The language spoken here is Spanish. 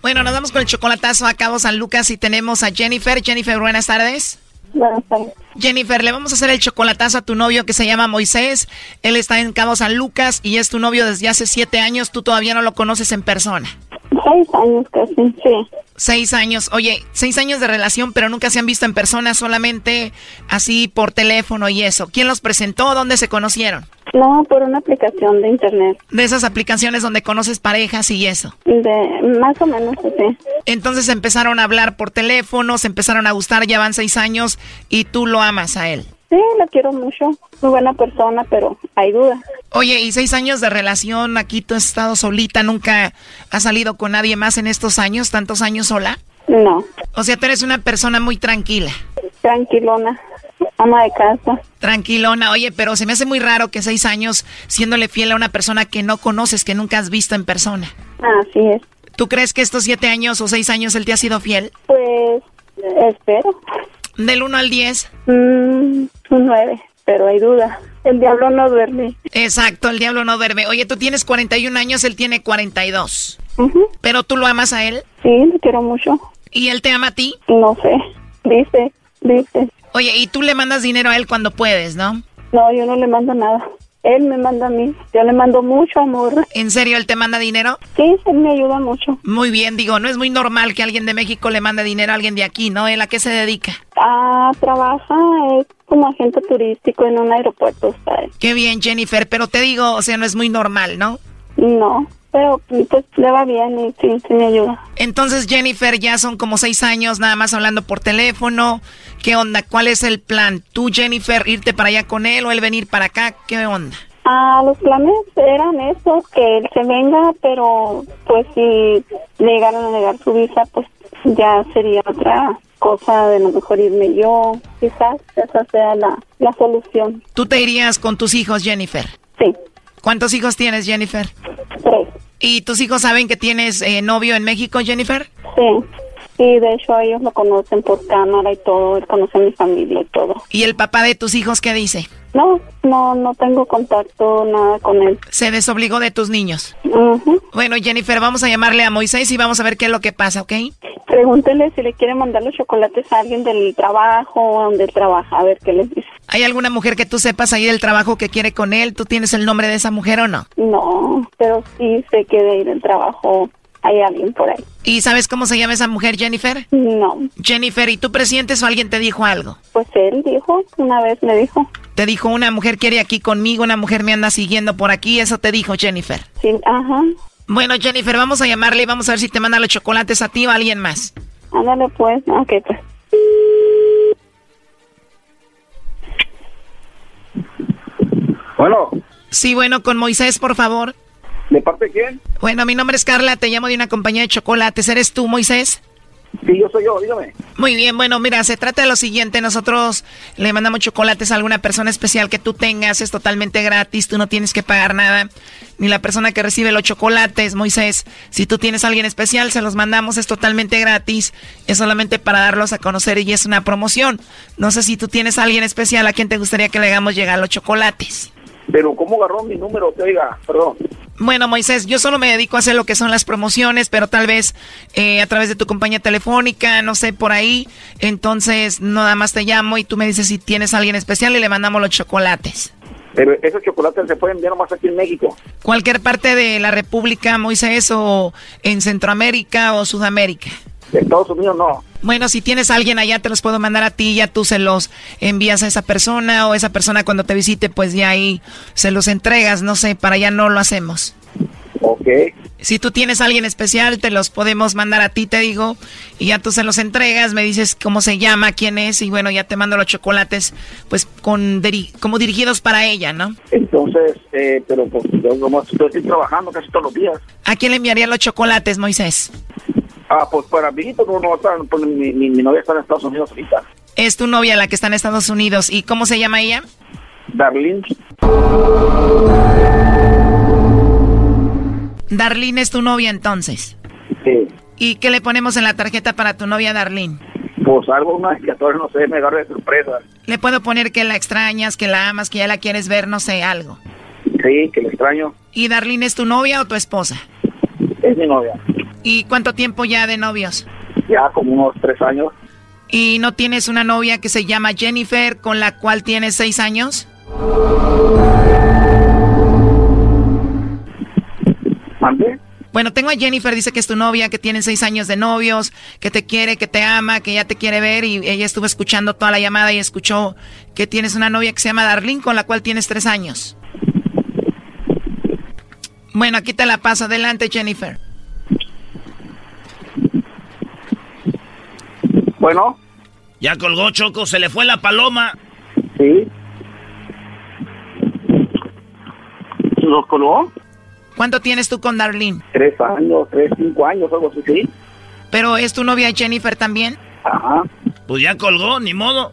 Bueno, nos vamos con el chocolatazo a Cabo San Lucas y tenemos a Jennifer. Jennifer, buenas tardes. Buenas tardes. Jennifer, le vamos a hacer el chocolatazo a tu novio que se llama Moisés. Él está en Cabo San Lucas y es tu novio desde hace siete años. Tú todavía no lo conoces en persona. Seis años casi, sí. Seis años, oye, seis años de relación, pero nunca se han visto en persona, solamente así por teléfono y eso. ¿Quién los presentó? ¿Dónde se conocieron? No, por una aplicación de internet. De esas aplicaciones donde conoces parejas y eso. De, más o menos así. Entonces empezaron a hablar por teléfono, se empezaron a gustar, ya van seis años y tú lo amas a él. Sí, lo quiero mucho. Muy buena persona, pero hay dudas. Oye, y seis años de relación, aquí tú has estado solita, nunca has salido con nadie más en estos años, tantos años sola. No, O sea, tú eres una persona muy tranquila, tranquilona, ama de casa. tranquilona. Oye, pero se me hace muy raro que seis años siéndole fiel a una persona que no conoces, que nunca has visto en persona. Así es. ¿Tú crees que estos siete años o seis años él te ha sido fiel? Pues espero. Del 1 al 10. Mm, un nueve, pero hay duda. El diablo no duerme. Exacto, el diablo no duerme. Oye, tú tienes 41 años, él tiene 42. Ujú. Pero tú lo amas a él Sí, lo quiero mucho. y él te ama a ti. No sé. Dice, dice. Oye, y tú le mandas dinero a él cuando puedes, ¿no? No, yo no le mando nada. Él me manda a mí. Yo le mando mucho amor. ¿En serio él te manda dinero? Sí, él me ayuda mucho. Muy bien, digo, no es muy normal que alguien de México le mande dinero a alguien de aquí, ¿no? ¿Él a qué se dedica? Ah, trabaja eh, como agente turístico en un aeropuerto, ¿sabes? Qué bien, Jennifer, pero te digo, o sea, no es muy normal, ¿no? No, pero pues le va bien y sí, sí me ayuda. Entonces, Jennifer, ya son como seis años nada más hablando por teléfono. ¿Qué onda? ¿Cuál es el plan? ¿Tú, Jennifer, irte para allá con él o él venir para acá? ¿Qué onda? Ah, los planes eran esos, que él se venga, pero pues si le llegaron a negar su visa, pues ya sería otra cosa de a lo mejor irme yo. Quizás esa sea la, la solución. ¿Tú te irías con tus hijos, Jennifer? Sí, ¿Cuántos hijos tienes, Jennifer? tres, ¿Y tus hijos saben que tienes eh, novio en México, Jennifer? sí. Y de hecho ellos lo conocen por cámara y todo, él conoce a mi familia y todo. ¿Y el papá de tus hijos qué dice? No, no, no tengo contacto, nada con él. Se desobligó de tus niños. Ujú. Bueno, Jennifer, vamos a llamarle a Moisés y vamos a ver qué es lo que pasa, ¿ok? Pregúntele si le quiere mandar los chocolates a alguien del trabajo o donde él trabaja, a ver qué les dice. ¿Hay alguna mujer que tú sepas ahí del trabajo que quiere con él? ¿Tú tienes el nombre de esa mujer o no? No, pero sí sé que de ir al trabajo hay alguien por ahí. ¿Y sabes cómo se llama esa mujer, Jennifer? No, Jennifer, ¿y tú presientes o alguien te dijo algo? pues él dijo, una vez me dijo, Te dijo, una mujer quiere aquí conmigo, una mujer me anda siguiendo por aquí, eso te dijo Jennifer. sí, ajá, Bueno, Jennifer, vamos a llamarle y vamos a ver si te manda los chocolates a ti o a alguien más. ándale pues, ok pues. Bueno, Sí, bueno, con Moisés, por favor. ¿de parte de quién? Bueno, mi nombre es Carla, te llamo de una compañía de chocolates. ¿Eres tú, Moisés? Sí, yo soy yo, dígame. Muy bien, bueno, mira, se trata de lo siguiente, nosotros le mandamos chocolates a alguna persona especial que tú tengas, es totalmente gratis, tú no tienes que pagar nada. ni la persona que recibe los chocolates, Moisés. Si tú tienes a alguien especial, se los mandamos, es totalmente gratis. Es solamente para darlos a conocer y es una promoción. No sé si tú tienes a alguien especial a quien te gustaría que le hagamos llegar los chocolates. Pero ¿cómo agarró mi número? Te oiga, perdón. Bueno, Moisés, yo solo me dedico a hacer lo que son las promociones, pero tal vez eh, a través de tu compañía telefónica, no sé, por ahí. Entonces, nada más te llamo y tú me dices si tienes a alguien especial y le mandamos los chocolates. Pero esos chocolates se pueden enviar nomás aquí en México. Cualquier parte de la República, Moisés, o en Centroamérica o Sudamérica. De Estados Unidos no. Bueno, si tienes a alguien allá, te los puedo mandar a ti, ya tú se los envías a esa persona o esa persona cuando te visite, pues ya ahí se los entregas, no sé, para allá no lo hacemos. Ok. Si tú tienes a alguien especial, te los podemos mandar a ti, te digo, y ya tú se los entregas, me dices cómo se llama, quién es, y bueno, ya te mando los chocolates, pues con diri- como dirigidos para ella, ¿no? Entonces, eh, pero pues, yo nomás yo estoy trabajando casi todos los días. ¿A quién le enviaría los chocolates, Moisés? Ah, pues para mí, pues, no, no está, pues, mi, mi, mi novia está en Estados Unidos ahorita. Es tu novia la que está en Estados Unidos, ¿y cómo se llama ella? Darlene, Darlene es tu novia entonces. eh, ¿Y qué le ponemos en la tarjeta para tu novia Darlene? pues algo, una dedicatoria, no sé, me agarra de sorpresa. Le puedo poner que la extrañas, que la amas, que ya la quieres ver, no sé, algo. Sí, que le extraño. ¿Y Darlene es tu novia o tu esposa? Es mi novia. ¿Y cuánto tiempo ya de novios? Ya como unos tres años. ¿Y no tienes una novia que se llama Jennifer con la cual tienes seis años? ¿Mande? Bueno, tengo a Jennifer, dice que es tu novia, que tiene seis años de novios, que te quiere, que te ama, que ya te quiere ver y ella estuvo escuchando toda la llamada y escuchó que tienes una novia que se llama Darlene con la cual tienes tres años. Bueno, aquí te la paso. Adelante, Jennifer. Bueno, Ya colgó Choco, se le fue la paloma. sí. ¿Nos colgó? ¿Cuánto tienes tú con Darlene? Tres años, tres, cinco años, algo así, sí. ¿Pero es tu novia Jennifer también? Ajá. Pues ya colgó, ni modo.